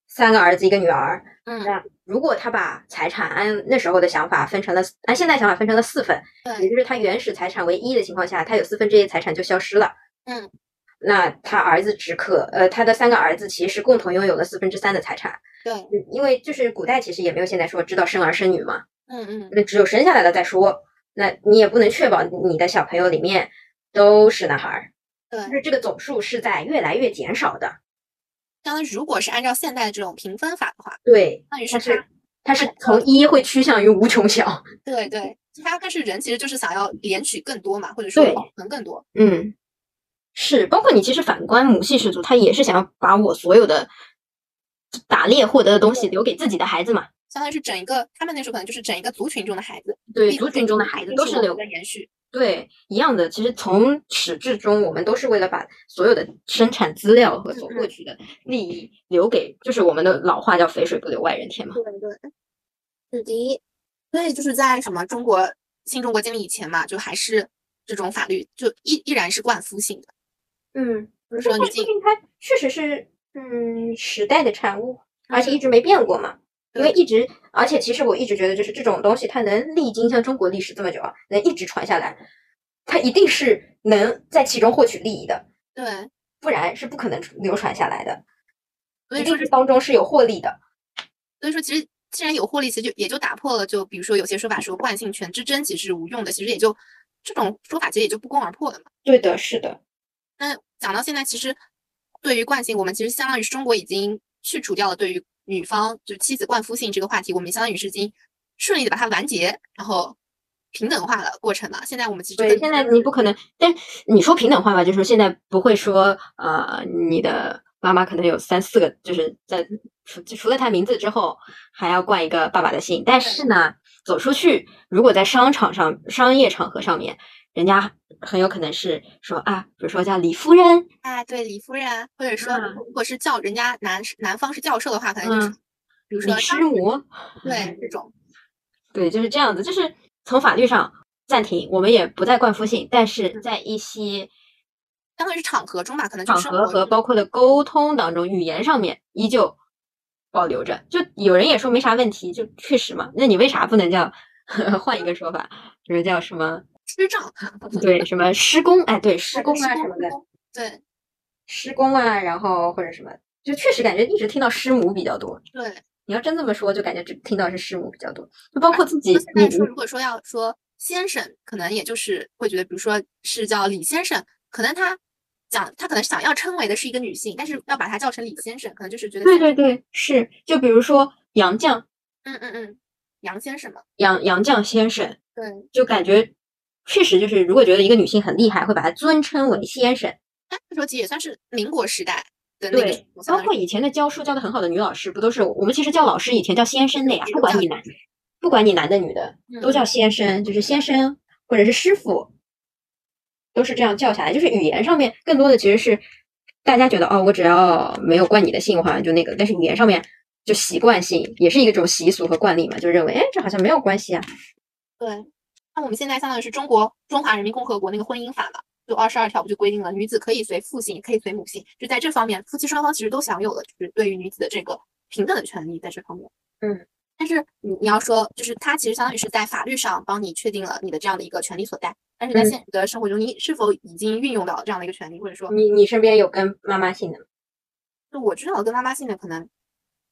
A: 三个儿子一个女儿，
B: 嗯
A: 那如果他把财产按那时候的想法分成了，按现在想法分成了四份，也
B: 对，
A: 就是他原始财产为一的情况下，他有四分之一的财产就消失了。
B: 嗯，
A: 那他儿子只可，呃，他的三个儿子其实共同拥有了四分之三的财产，
B: 对，
A: 嗯因为就是古代其实也没有现在说知道生儿生女嘛，
B: 嗯嗯，
A: 那只有生下来了再说。那你也不能确保你的小朋友里面都是男孩儿，
B: 对
A: 就，是这个总数是在越来越减少的。
B: 相当于如果是按照现代的这种评分法的话，
A: 啊对，
B: 相当于
A: 它
B: 是
A: 是
B: 他
A: 它是从一会趋向于无穷小。
B: 对对，他但是人其实就是想要敛取更多嘛，或者说
A: 对
B: 保存更多。
A: 嗯，是，包括你其实反观母系氏族，他也是想要把我所有的打猎获得的东西留给自己的孩子嘛。
B: 相当于是整一个，他们那时候可能就是整一个族群中的孩子，
A: 对，
B: 并
A: 族
B: 且
A: 群中的孩子
B: 并
A: 都
B: 且
A: 是
B: 我们
A: 留
B: 的延续。
A: 对，一样的。其实从始至终，我们都是为了把所有的生产资料和所
B: 嗯嗯
A: 获取的利益留给，就是我们的老
B: (laughs)
A: 话叫“肥水不流外人田”嘛。
B: 对对，是第一。所以就是在什么中国新中国建立以前嘛，就还是这种法律就依依然是灌夫性的。
A: 嗯，
B: 比如说你 (laughs) 进，
A: 它确实是嗯时代的产物，而且一直没变过嘛。因为
B: 对
A: 一直，而且其实我一直觉得，就是这种东西，它能历经像中国历史这么久啊，能一直传下来，它一定是能在其中获取利益的，
B: 对，
A: 不然是不可能流传下来的。
B: 所
A: 一
B: 以说
A: 定是当中是有获利的。
B: 所以说，其实既然有获利，其实就也就打破了，就比如说有些说法说惯性权之争其实是无用的，其实也就这种说法其实也就不攻而破了嘛。
A: 对的，是的，
B: 那讲到现在，其实对于惯性，我们其实相当于是中国已经去除掉了对于女方就妻子惯夫性这个话题，我们相当于是已经顺利的把它完结，然后平等化了过程了。现在我们其实
A: 对，
B: 更
A: 现在你不可能，但你说平等化吧，就是现在不会说，呃，你的妈妈可能有三四个，就是在除除了她名字之后，还要冠一个爸爸的姓。但是呢，走出去，如果在商场上、商业场合上面，人家很有可能是说啊，比如说叫李夫人，
B: 哎，对李夫人啊，或者说
A: 嗯
B: 如果是教人家男男方是教授的话，可能就是
A: 嗯
B: 比如
A: 李
B: 说
A: 师
B: 张
A: 母，
B: 对这种。
A: (laughs) 对，就是这样子，就是从法律上暂停，我们也不再冠夫姓，但
B: 嗯
A: 是在一些
B: 相当于是场合中吧，可能就
A: 场
B: 是生
A: 合
B: 活
A: 和
B: 中
A: 包括的沟通当中，语言上面依旧保留着。就有人也说没啥问题，就确实嘛。那你为啥不能叫 (laughs) 换一个说法，就是叫什么？
B: 师
A: (laughs)
B: 长，
A: 嗯对，什么施工？哎，对，施工啊
B: 师
A: 什么的，，
B: 对
A: 施工啊，然后或者什么，就确实感觉一直听到师母比较多。
B: 对。
A: 你要真这么说，就感觉只听到是师母比较多，就包括自己
B: 那现，
A: 你
B: 在说，如果说要说先生，可能也就是会觉得，比如说是叫李先生，可能他讲他可能想要称为的是一个女性，但是要把他叫成李先生，可能就是觉得
A: 对
B: 先
A: 对对，是。就比如说杨绛，
B: 嗯嗯嗯，杨先生嘛，
A: 杨杨绛先生，
B: 对
A: 就感觉确实就是，如果觉得一个女性很厉害，会把她尊称为先生。
B: 哎，那时候其实也算是民国时代的那个时
A: 对
B: 候，，
A: 包
B: 相当于
A: 括以前的教书教的很好的女老师，不都是我们其实叫老师以前叫先生的呀
B: 是，
A: 不管
B: 叫
A: 你男，不管你男的女的，都
B: 嗯
A: 叫先生，就是先生或者是师傅，都是这样叫下来。就是语言上面更多的其实是大家觉得哦，我只要没有冠你的姓，我好像就那个，但是语言上面就习惯性也是一种习俗和惯例嘛，就认为哎，这好像没有关系啊。
B: 对。那我们现在相当于是中国中华人民共和国那个婚姻法嘛，就二十二条不就规定了，女子可以随父姓，也可以随母姓，就在这方面，夫妻双方其实都享有了就是对于女子的这个平等的权利，在这方面。
A: 嗯，
B: 但是你你要说，就是它其实相当于是在法律上帮你确定了你的这样的一个权利所在，但是在
A: 嗯
B: 现实的生活中，你是否已经运用到这样的一个权利，或者说，
A: 你你身边有跟妈妈姓的吗？
B: 就我知道的跟妈妈姓的可能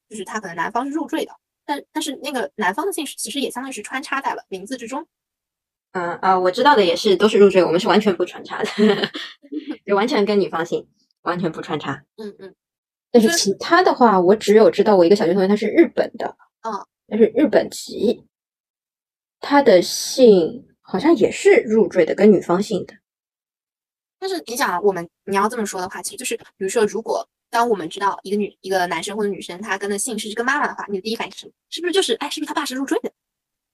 B: 就是他可能男方是入赘的，但但是那个男方的姓氏其实也相当于是穿插在了名字之中。
A: 嗯啊，我知道的也是都是入赘，我们是完全不穿插的， (laughs) 就完全跟女方姓，完全不穿插。
B: 嗯嗯。
A: 但是
B: 所以
A: 其他的话，我只有知道我一个小学同学他是日本的，
B: 嗯，
A: 但是日本籍，他的姓好像也是入赘的，跟女方姓的。
B: 但是你想，啊，我们你要这么说的话，其实就是，比如说，如果当我们知道一个女一个男生或者女生他跟的姓氏是跟妈妈的话，你的第一反应是什么？是不是就是哎，是不是他爸是入赘的？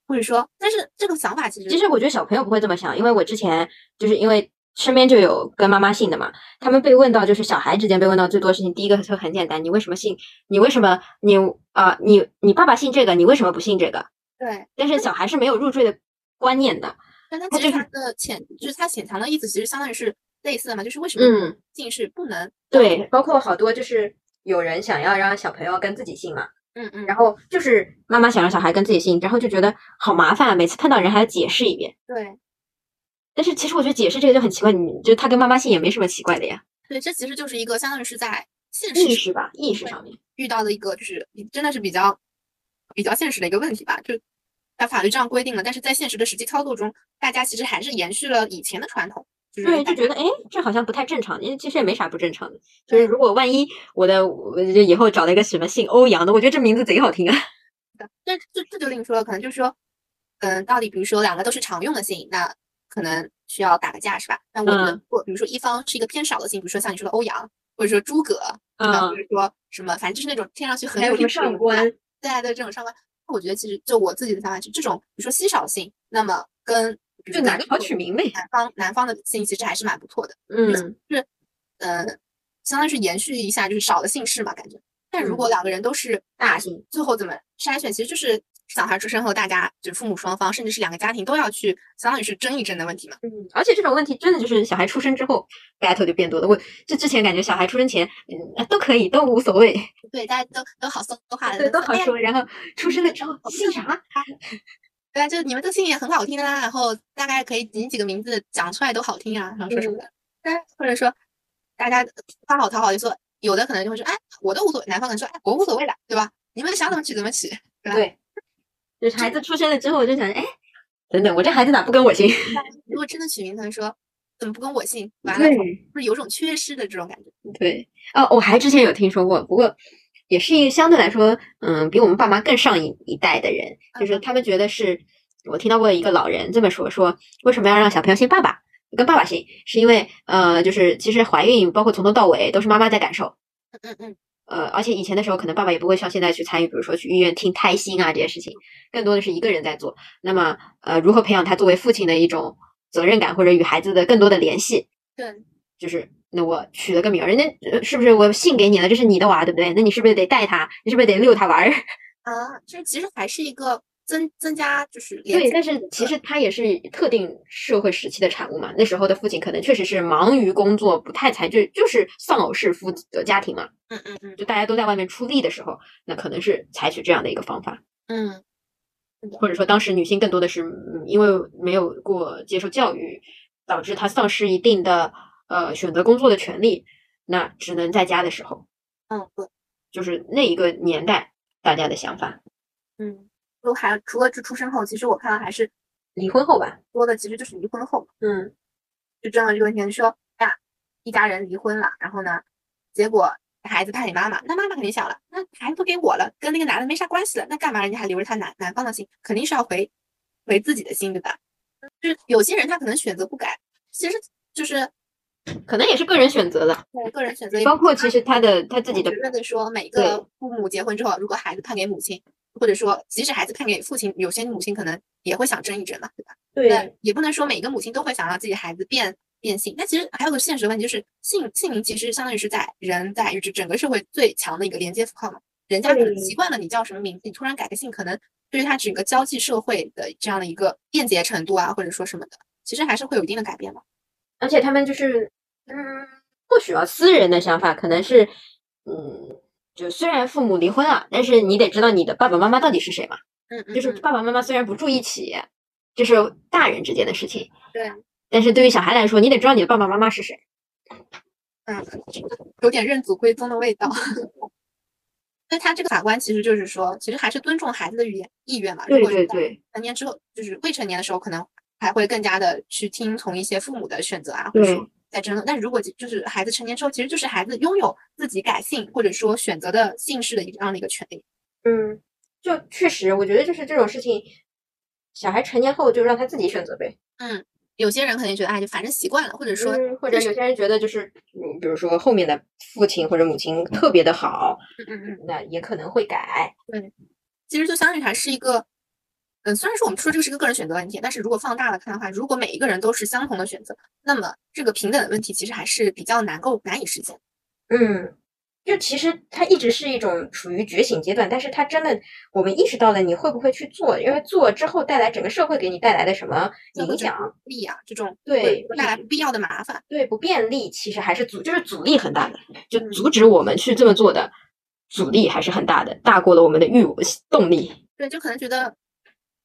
B: 或者说，但是这个想法其实
A: 其实我觉得小朋友不会这么想，因为我之前就是因为身边就有跟妈妈姓的嘛，他们被问到就是小孩之间被问到最多事情，第一个就很简单，你为什么姓？你为什么你啊、你你爸爸姓这个，你为什么不姓这个？
B: 对，
A: 但是小孩是没有入赘的观念的。
B: 但他
A: 他
B: 其实
A: 就
B: 他
A: 是
B: 的潜就是他潜藏的意思，其实相当于是类似的嘛，就是为什么
A: 嗯
B: 姓氏不能
A: 对，包括好多就是有人想要让小朋友跟自己姓嘛。
B: 嗯嗯，
A: 然后就是妈妈想让小孩跟自己姓，然后就觉得好麻烦啊，每次碰到人还要解释一遍。
B: 对
A: 但是其实我觉得解释这个就很奇怪，你就他跟妈妈姓也没什么奇怪的呀，
B: 对，这其实就是一个相当于是在现实
A: 意
B: 上
A: 识吧，意识上面。
B: 遇到的一个就是真的是比较比较现实的一个问题吧，就在法律这样规定了，但是在现实的实际操作中，大家其实还是延续了以前的传统，就是
A: 对，
B: 大
A: 就
B: 家
A: 觉得哎，这好像不太正常，因为其实也没啥不正常的。就是如果万一我的我就以后找了一个什么姓欧阳的，我觉得这名字贼好听啊。
B: 的，这这这就另说了，可能就是说，嗯，到底比如说两个都是常用的姓，那可能需要打个架是吧？那我们
A: 嗯
B: 如果比如说一方是一个偏少的姓，比如说像你说的欧阳，或者说诸葛，对吧
A: (laughs) 嗯
B: 或者说什么，反正就是那种听上去很
A: 还有
B: 有
A: 什么
B: 历史文
A: 上
B: 化
A: 官？
B: 对啊，对这种上班，那我觉得其实就我自己的想法是，这种比如说稀少性，那么跟比如
A: 就
B: 说
A: 拿
B: 南
A: 好
B: 方
A: 取名呗。
B: 南方南方的姓其实还是蛮不错的，
A: 嗯，
B: 呃，相当于是延续
A: 嗯
B: 一下就是少的姓氏嘛，感觉。但如果两个人都是
A: 大
B: 把
A: 姓
B: 最后怎么筛选，其实就是小孩出生后，大家就是父母双方，甚至是两个家庭都要去，相当于是争一争的问题嘛。
A: 嗯，而且这种问题真的就是小孩出生之后 battle 就变多了。我就之前感觉小孩出生前，嗯，都可以，都无所谓，
B: 对，大家都都好说话的，
A: 对，都好
B: 哎
A: (laughs)
B: 呀
A: 说。然后出生了之 (laughs) 后，姓啥？
B: 对啊，就你们这姓也很好听啦，然后大概可以你几个名字讲出来都好听啊，然后说什
A: 嗯
B: (laughs) 么的，哎、或者说大家发好讨好就说，有的可能就会说，哎，我都无所谓，男方可能说，哎，我无所谓的，对吧？你们想怎么取怎么取，对吧？
A: 对，就是孩子出生了之后，我就想，哎，等等，我这孩子咋不跟我姓？
B: 如果真的取名，可能说怎么不跟我姓，完了，
A: (laughs) 对
B: 不是有种缺失的这种感觉。
A: 对，哦，我还之前有听说过，不过也是一个相对来说，嗯，比我们爸妈更上一一代的人，就是
B: 嗯
A: 他们觉得是，我听到过一个老人这么说，说为什么要让小朋友姓爸爸？跟爸爸姓，是因为呃，就是其实怀孕包括从头到尾都是妈妈在感受，
B: 嗯嗯嗯，
A: 呃，而且以前的时候，可能爸爸也不会像现在去参与，比如说去医院听胎心啊这些事情，更多的是一个人在做。那么，呃，如何培养他作为父亲的一种责任感，或者与孩子的更多的联系，
B: 对，
A: 就是那我取了个名儿，人家呃是不是我姓给你了，这是你的娃，对不对？那你是不是得带他？你是不是得遛他玩儿？ (laughs)
B: 啊，这其实还是一个增增加就是连
A: 对，
B: 接
A: 但是其实他也是特定社会时期的产物嘛。那时候的父亲可能确实是忙于工作，不太才就就是丧偶式夫的家庭嘛，
B: 嗯嗯嗯
A: 就大家都在外面出力的时候，那可能是采取这样的一个方法。
B: 嗯，
A: 或者说当时女性更多的是嗯因为没有过接受教育，导致她丧失一定的呃选择工作的权利，那只能在家的时候，
B: 嗯对，
A: 就是那一个年代大家的想法。
B: 嗯，就还除了这出生后，其实我看到还是
A: 离婚后吧，
B: 多的，其实就是离婚后。
A: 嗯，
B: 就争了这个问题，说哎呀，一家人离婚了，然后呢，结果孩子判给妈妈，那妈妈肯定想了，那孩子都给我了，跟那个男的没啥关系了，那干嘛人家还留着他男男方的心？肯定是要回回自己的心，对吧？就是有些人他可能选择不改，其实就是
A: 可能也是个人选择的，
B: 对个人选择也不一样，
A: 包括其实她的她自己的
B: 我，觉得说每
A: 对
B: 个父母结婚之后，如果孩子判给母亲，或者说即使孩子判给父亲，有些母亲可能也会想争一争嘛，对吧？那也不能说每个母亲都会想让自己的孩子变变性。那其实还有个现实问题，就是姓姓名其实相当于是在人在于这整个社会最强的一个连接符号嘛。人家可能
A: 对
B: 习惯了你叫什么名字，你突然改个姓，可能对于他整个交际社会的这样的一个便捷程度啊，或者说什么的，其实还是会有一定的改变的。
A: 而且他们就是，嗯，或许啊，私人的想法可能是，嗯，就虽然父母离婚了，但是你得知道你的爸爸妈妈到底是谁嘛。
B: 嗯嗯，
A: 就是
B: 嗯
A: 爸爸妈妈虽然不住一起，这是大人之间的事情，
B: 对，
A: 但是对啊于小孩来说，你得知道你的爸爸妈妈是谁。
B: 嗯，有点认祖归宗的味道。 (laughs) 那他这个法官其实就是说，其实还是尊重孩子的语言意愿嘛。如
A: 对
B: 果是
A: 对
B: 在
A: 对，
B: 成年之后，就是未成年的时候，可能还会更加的去听从一些父母的选择啊，或者说
A: 对
B: 在争论。但如果就是孩子成年之后，其实就是孩子拥有自己改姓或者说选择的姓氏的一这样的一个权利。
A: 嗯，就确实，我觉得就是这种事情，小孩成年后就让他自己选择呗。
B: 嗯有些人可能觉得，哎，就反正习惯了，或者说，
A: 嗯或者有些人觉得就是，嗯，比如说后面的父亲或者母亲特别的好，
B: 嗯嗯嗯，
A: 那也可能会改。
B: 其实就相当于还是一个，嗯，虽然说我们说这个是一个个人选择问题，但是如果放大了看的话，如果每一个人都是相同的选择，那么这个平等的问题其实还是比较难够难以实现。
A: 嗯，就其实它一直是一种处于觉醒阶段，但是它真的，我们意识到了，你会不会去做？因为做之后带来整个社会给你带来的什么
B: 社会
A: 影
B: 整
A: 响？
B: 不利啊，这种
A: 对
B: 会会带来不必要的麻烦。
A: 对不便利，其实还是阻，就是阻力很大的，就
B: 嗯
A: 阻止我们去这么做的阻力还是很大的，大过了我们的欲动力。
B: 对，就可能觉得，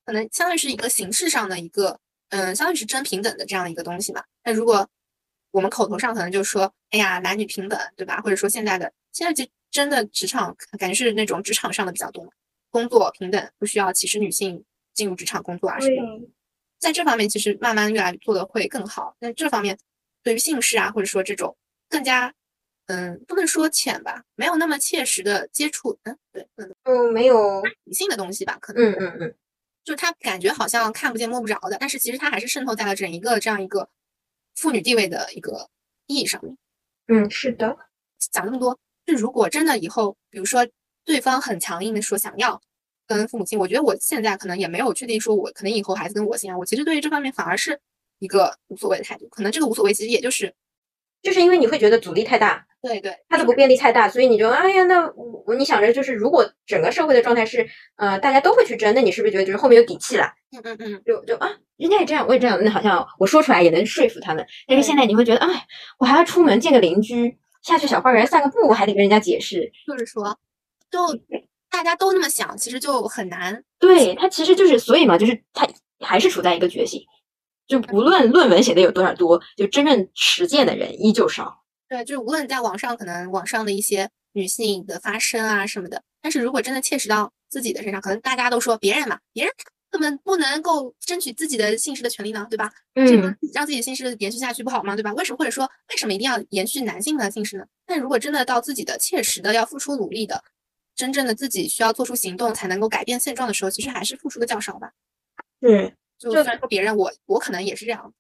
B: 可能相当于是一个形式上的一个，嗯，相当于是真平等的这样的一个东西嘛。那如果我们口头上可能就说，哎呀，男女平等，对吧？或者说现在的现在就真的职场感觉是那种职场上的比较多嘛，工作平等，不需要歧视女性进入职场工作啊什么的。在这方面，其实慢慢越来越做的会更好。那这方面对于姓氏啊，或者说这种更加，嗯，不能说浅吧，没有那么切实的接触，嗯，对，嗯，
A: 嗯，没有，
B: 理性的东西吧，可能。
A: 嗯嗯嗯，
B: 就是他感觉好像看不见摸不着的，但是其实他还是渗透在了整一个这样一个妇女地位的一个意义上面。
A: 嗯，是的，
B: 讲那么多，就如果真的以后，比如说对方很强硬的说想要跟父母亲，我觉得我现在可能也没有确定说我可能以后孩子跟我姓啊，我其实对于这方面反而是一个无所谓的态度，可能这个无所谓其实也就是嗯
A: 就是因为你会觉得阻力太大，
B: 对对，
A: 它的不便利太大，所以你就哎呀，那我你想着就是，如果整个社会的状态是呃大家都会去争，那你是不是觉得就是后面有底气了？
B: 嗯嗯嗯，
A: 就就啊，人家也这样，我也这样，那好像我说出来也能说服他们。但是现在你会觉得，哎，我还要出门见个邻居，下去小花园散个步，我还得跟人家解释。
B: 就是说，就大家都那么想，其实就很难。
A: 对他其实就是，所以嘛，就是他还是处在一个觉醒，就不论论文写的有多少多，就真正实践的人依旧少。
B: 对，就是无论在网上，可能网上的一些女性的发声啊什么的，但是如果真的切实到自己的身上，可能大家都说别人嘛，别人他们不能够争取自己的姓氏的权利呢，对吧？这
A: 嗯
B: 个，让自己的姓氏延续下去不好吗？对吧？为什么或者说为什么一定要延续男性的姓氏呢？但如果真的到自己的切实的要付出努力的，真正的自己需要做出行动才能够改变现状的时候，其实还是付出的较少吧。
A: 是，
B: 就
A: 这
B: 虽然说别人我我可能也是这样，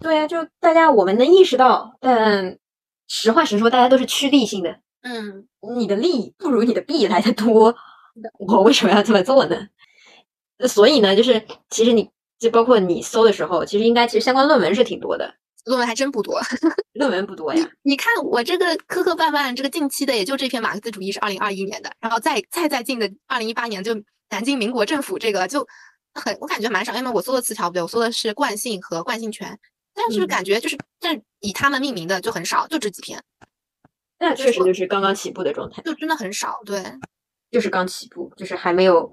A: 对啊，就大家我们能意识到，但实话实说，大家都是趋利性的，
B: 嗯，
A: 你的利不如你的弊来的多
B: 的，
A: 我为什么要这么做呢？所以呢，就是其实你就包括你搜的时候，其实应该其实相关论文是挺多的，
B: 论文还真不多。
A: 论文不多
B: 你
A: 呀。
B: 你看我这个磕磕绊绊，这个近期的也就这篇马克思主义是二零二一年的，然后再再再近的二零一八年就南京民国政府这个就很我感觉蛮少，因为我搜的词条不对，我搜的是惯性和惯性权，但是
A: 嗯
B: 感觉就是、但以他们命名的就很少，就这几篇，
A: 那确实就是刚刚起步的状态，
B: 就真的很少。对，
A: 就是刚起步，就是还没有。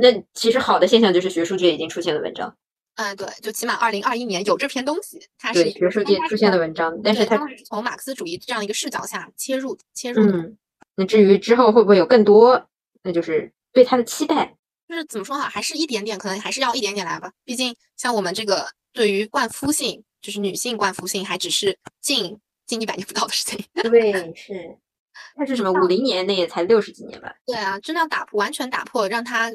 A: 那其实好的现象就是学术界已经出现了文章，
B: 嗯，对，就起码二零二一年有这篇东西，它是
A: 对学术界出现了文章，但
B: 但
A: 是
B: 是
A: 它
B: 当时是从马克思主义这样一个视角下切入切入的，
A: 嗯，那至于之后会不会有更多，那就是对它的期待。
B: 就是怎么说哈，还是一点点，可能还是要一点点来吧。毕竟像我们这个对于冠夫姓，就是女性冠夫姓，还只是近近一百年不到的事情。 (laughs)
A: 对，是。 (laughs) 它是什么？五零年那也才六十几年吧？
B: 对啊，真的要打破，完全打破，让他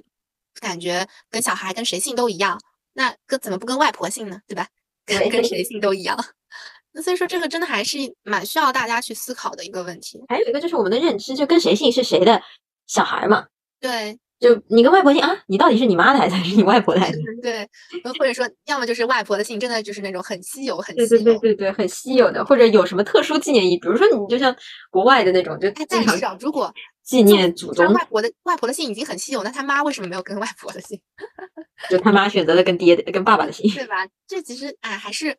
B: 感觉跟小孩跟谁姓都一样，那跟怎么不跟外婆姓呢？对吧？跟跟
A: 对
B: 谁姓都一样。 (laughs) 那所以说，这个真的还是蛮需要大家去思考的一个问题。
A: 还有一个就是我们的认知，就跟谁姓是谁的小孩嘛。
B: 对，
A: 就你跟外婆姓啊，你到底是你妈的孩子还是你外婆的孩子？
B: 对，呃或者说，要么就是外婆的姓真的就是那种很稀有，很
A: 对
B: 稀
A: 对对
B: 有，
A: 对对，很稀有的，或者有什么特殊纪念意义，比如说你就像国外的那种，就
B: 哎，
A: 经
B: 但
A: 常
B: 是啊，如果
A: 纪念祖
B: 他
A: 宗，
B: 外婆的外婆的姓已经很稀有，那他妈为什么没有跟外婆
A: (laughs)
B: 的姓，
A: 就他妈选择了跟爹的、跟爸爸的姓。
B: 对吧？这其实哎，还是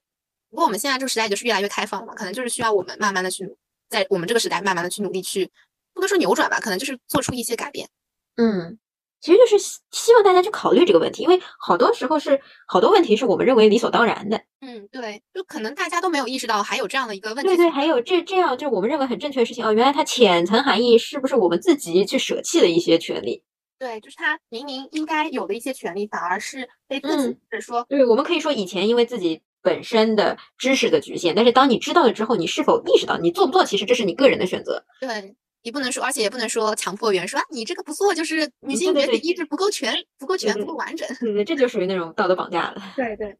B: 不过我们现在这个时代就是越来越开放嘛，可能就是需要我们慢慢的去努在我们这个时代慢慢的去努力去，不能说扭转吧，可能就是做出一些改变。
A: 嗯，其实就是希希望大家去考虑这个问题，因为好多时候是好多问题是我们认为理所当然的。
B: 嗯，对，就可能大家都没有意识到还有这样的一个问题
A: 对
B: 存
A: 对，
B: 在。
A: 还有这这样，就我们认为很正确的事情哦，原来它浅层含义是不是我们自己去舍弃的一些权利？
B: 对，就是他明明应该有的一些权利，反而是被自己
A: 嗯
B: 或者说
A: 对，我们可以说以前因为自己本身的知识的局限，但是当你知道了之后，你是否意识到你做不做，其实这是你个人的选择。
B: 对。也不能说，而且也不能说强迫别人说啊，你这个不做，就是女性
A: 嗯对
B: 觉
A: 对
B: 体
A: 对
B: 意志不够全、不够
A: 对
B: 全、不
A: 对
B: 够完整。
A: 对对，这就属于那种道德绑架了。
B: 对对，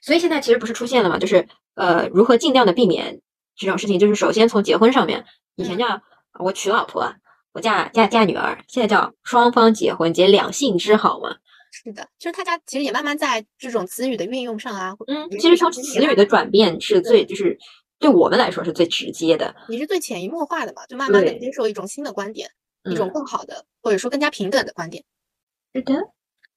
A: 所以现在其实不是出现了嘛，就是呃，如何尽量的避免这种事情，就是首先从结婚上面，以前
B: 嗯
A: 叫我娶老婆，我嫁嫁嫁女儿，现在叫双方结婚，结两性之好嘛。
B: 是的，就是大家其实也慢慢在这种词语的运用上啊，或
A: 嗯，
B: 也
A: 其实
B: 许
A: 从
B: 是
A: 词
B: 慢
A: 语的
B: 慢
A: 转变是最就是对我们来说是最直接的，
B: 也是最潜移默化的嘛，就慢慢的
A: 对
B: 接受一种新的观点，一
A: 嗯
B: 种更好的，或者说更加平等的观点。
A: 是的，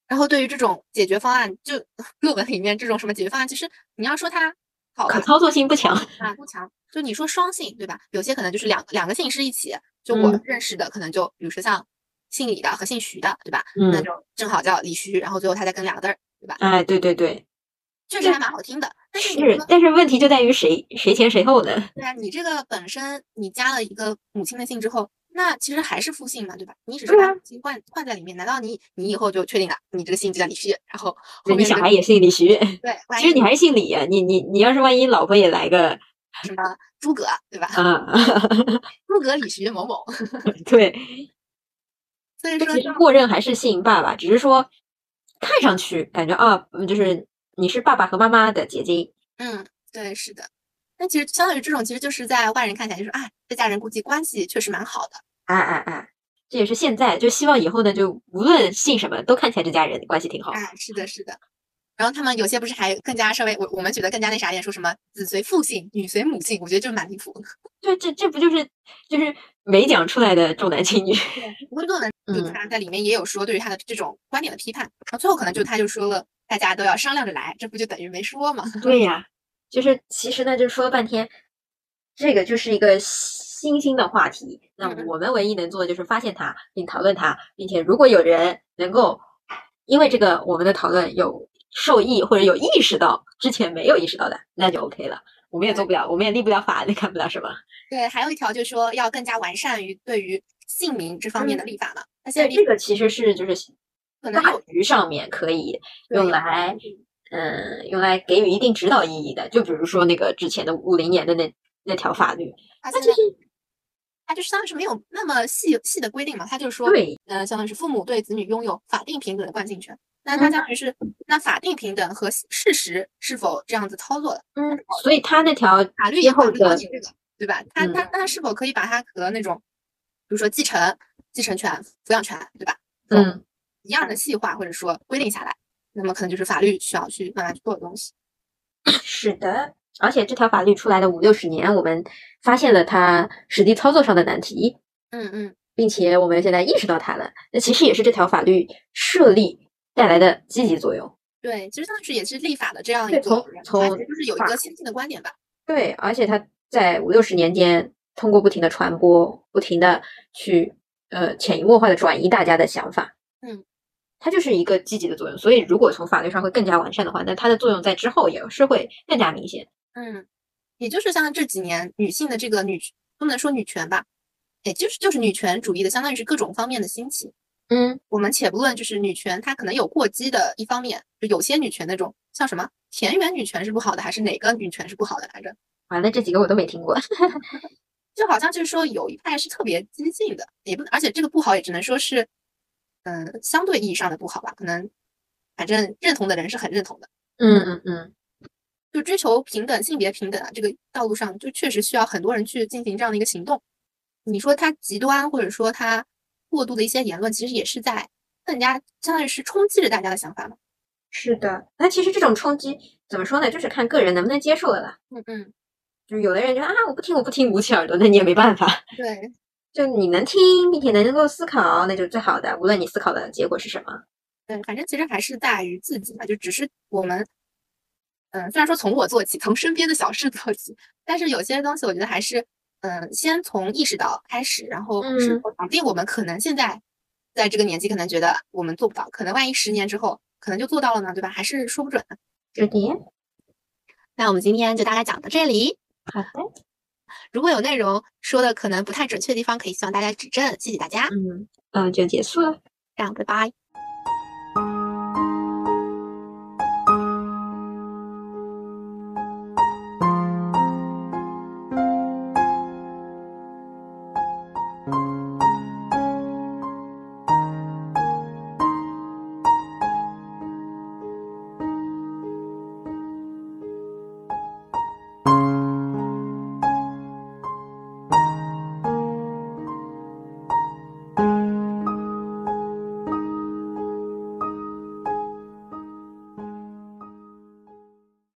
B: 然后对于这种解决方案，就 (laughs) 论文里面这种什么解决方案，其实你要说它好
A: 可
B: 吧，
A: 操作性不强。
B: 啊不强，就你说双性对吧？有些可能就是两两个姓氏一起，就我
A: 嗯
B: 认识的可能就比如说像姓李的和姓徐的对吧？
A: (laughs)
B: 那
A: 嗯，
B: 就正好叫李徐，然后最后他再跟两个字儿，
A: 哎，对对对，
B: 确实还蛮好听的。但是你说
A: 是，但是问题就在于谁谁前谁后呢？
B: 对啊，你这个本身你加了一个母亲的姓之后，那其实还是父姓嘛，对吧？你只是
A: 对
B: 把
A: 啊
B: 母亲换换在里面，难道你你以后就确定了你这个姓就叫李旭，然后后
A: 对你
B: 面
A: 小
B: 这
A: 孩
B: 个
A: 也姓李徐，
B: 对，万
A: 其实
B: 一
A: 你还是姓李呀、你你你要是万一老婆也来个
B: 什么诸葛，对吧？
A: 啊，
B: 诸葛李徐某 (laughs) 某，
A: (laughs) 对，
B: 所以
A: 就
B: 说
A: 其
B: 就
A: 实默认还是姓爸爸，只是说看上去感觉啊，嗯就是你是爸爸和妈妈的结晶。
B: 嗯，对，是的。那其实相当于这种，其实就是在外人看起来就是，哎，这家人估计关系确实蛮好的。
A: 啊啊啊！这也是现在，就希望以后呢，就无论姓什么，都看起来这家人关系挺好。
B: 啊哎，是的，是的。然后他们有些不是还更加稍微，我我们觉得更加那啥一点，说什么子随父姓，女随母姓，我觉得就是蛮离谱的。
A: 对，这这不就是就是没讲出来的重男轻女？
B: 温顿的就
A: 嗯
B: 他在里面也有说对于他的这种观点的批判，然后最后可能就他就说了，大家都要商量着来，这不就等于没说吗？ (laughs)
A: 对呀、
B: 嗯
A: 就是其实呢，就说了半天，这个就是一个新兴的话题。那
B: 嗯
A: 我们唯一能做的就是发现它，并讨论它，并且如果有人能够因为这个我们的讨论有受益或者有意识到之前没有意识到的，那就 OK 了。我们也做不了，我们也立不了法， (laughs) 也干不了什么。
B: 对，还有一条就是说要更加完善于对于姓名这方面的立法嘛。那现在
A: 嗯对，
B: 立
A: 这个其实是就是
B: 可能
A: 大
B: 有
A: 局上面可以
B: 对
A: 用来，嗯，用来给予一定指导意义的。就比如说那个之前的五零年的那那条法律，
B: 它
A: 那
B: 现
A: 就
B: 在
A: 是
B: 它就是相当于是没有那么细细的规定嘛，它就是说，
A: 对，
B: 呃，相当于是父母对子女拥有法定平等的惯性权。那它
A: 嗯
B: 相当于是那法定平等和事实是否这样子操作的，
A: 嗯，所以他那条
B: 法律
A: 之
B: 也
A: 后
B: 考虑到
A: 的
B: 你这个，对吧？他他他是否可以把它和那种，比如说继承、继承权、抚养权，对吧？这种
A: 嗯，
B: 一样的细化或者说规定下来，那么可能就是法律需要去慢慢去做的东西。
A: 是的。而且这条法律出来的五六十年，我们发现了它实际操作上的难题，
B: 嗯嗯，
A: 并且我们现在意识到它了。那其实也是这条法律设立带来的积极作用。
B: 对，其实当时也是立法的这样一
A: 对
B: 个
A: 从
B: 人，
A: 从
B: 它其实就是有一
A: 法
B: 个先进的观点吧。
A: 对，而且它在五六十年间，通过不停的传播，不停的去呃潜移默化的转移大家的想法。
B: 嗯，
A: 它就是一个积极的作用。所以，如果从法律上会更加完善的话，那它的作用在之后也是会更加明显。
B: 嗯，也就是像这几年女性的这个女，不能说女权吧，也就是就是女权主义的，相当于是各种方面的兴起。
A: 嗯，
B: 我们且不论就是女权它可能有过激的一方面，就有些女权那种像什么田园女权是不好的，还是哪个女权是不好的来着？
A: 完了，这几个我都没听过。
B: 就好像就是说有一派是特别激进的，也不能，而且这个不好也只能说是，嗯、相对意义上的不好吧，可能反正认同的人是很认同的。
A: 嗯嗯嗯，
B: 就追求平等、性别平等啊，这个道路上就确实需要很多人去进行这样的一个行动。你说它极端，或者说它过度的一些言论，其实也是在更加相当于是冲击着大家的想法嘛。
A: 是的。那其实这种冲击怎么说呢？就是看个人能不能接受了啦。
B: 嗯嗯，
A: 就是有的人觉得啊，我不听，我不听，捂起耳朵，那你也没办法。 (laughs)
B: 对
A: 就你能听，并且能够思考，那就是最好的。无论你思考的结果是什么，
B: 对，反正其实还是在于自己嘛，就只是我们，嗯，虽然说从我做起，从身边的小事做起，但是有些东西我觉得还是，嗯，先从意识到开始，然后是
A: 嗯
B: 绑定我们可能现在在这个年纪，可能觉得我们做不到，可能万一十年之后可能就做到了呢，对吧？还是说不准。
A: 就你
B: 那我们今天就大概讲到这里。
A: 好的，
B: 如果有内容说的可能不太准确的地方，可以希望大家指正，谢谢大家，
A: 呃嗯嗯，就结束了。
B: 这样拜拜。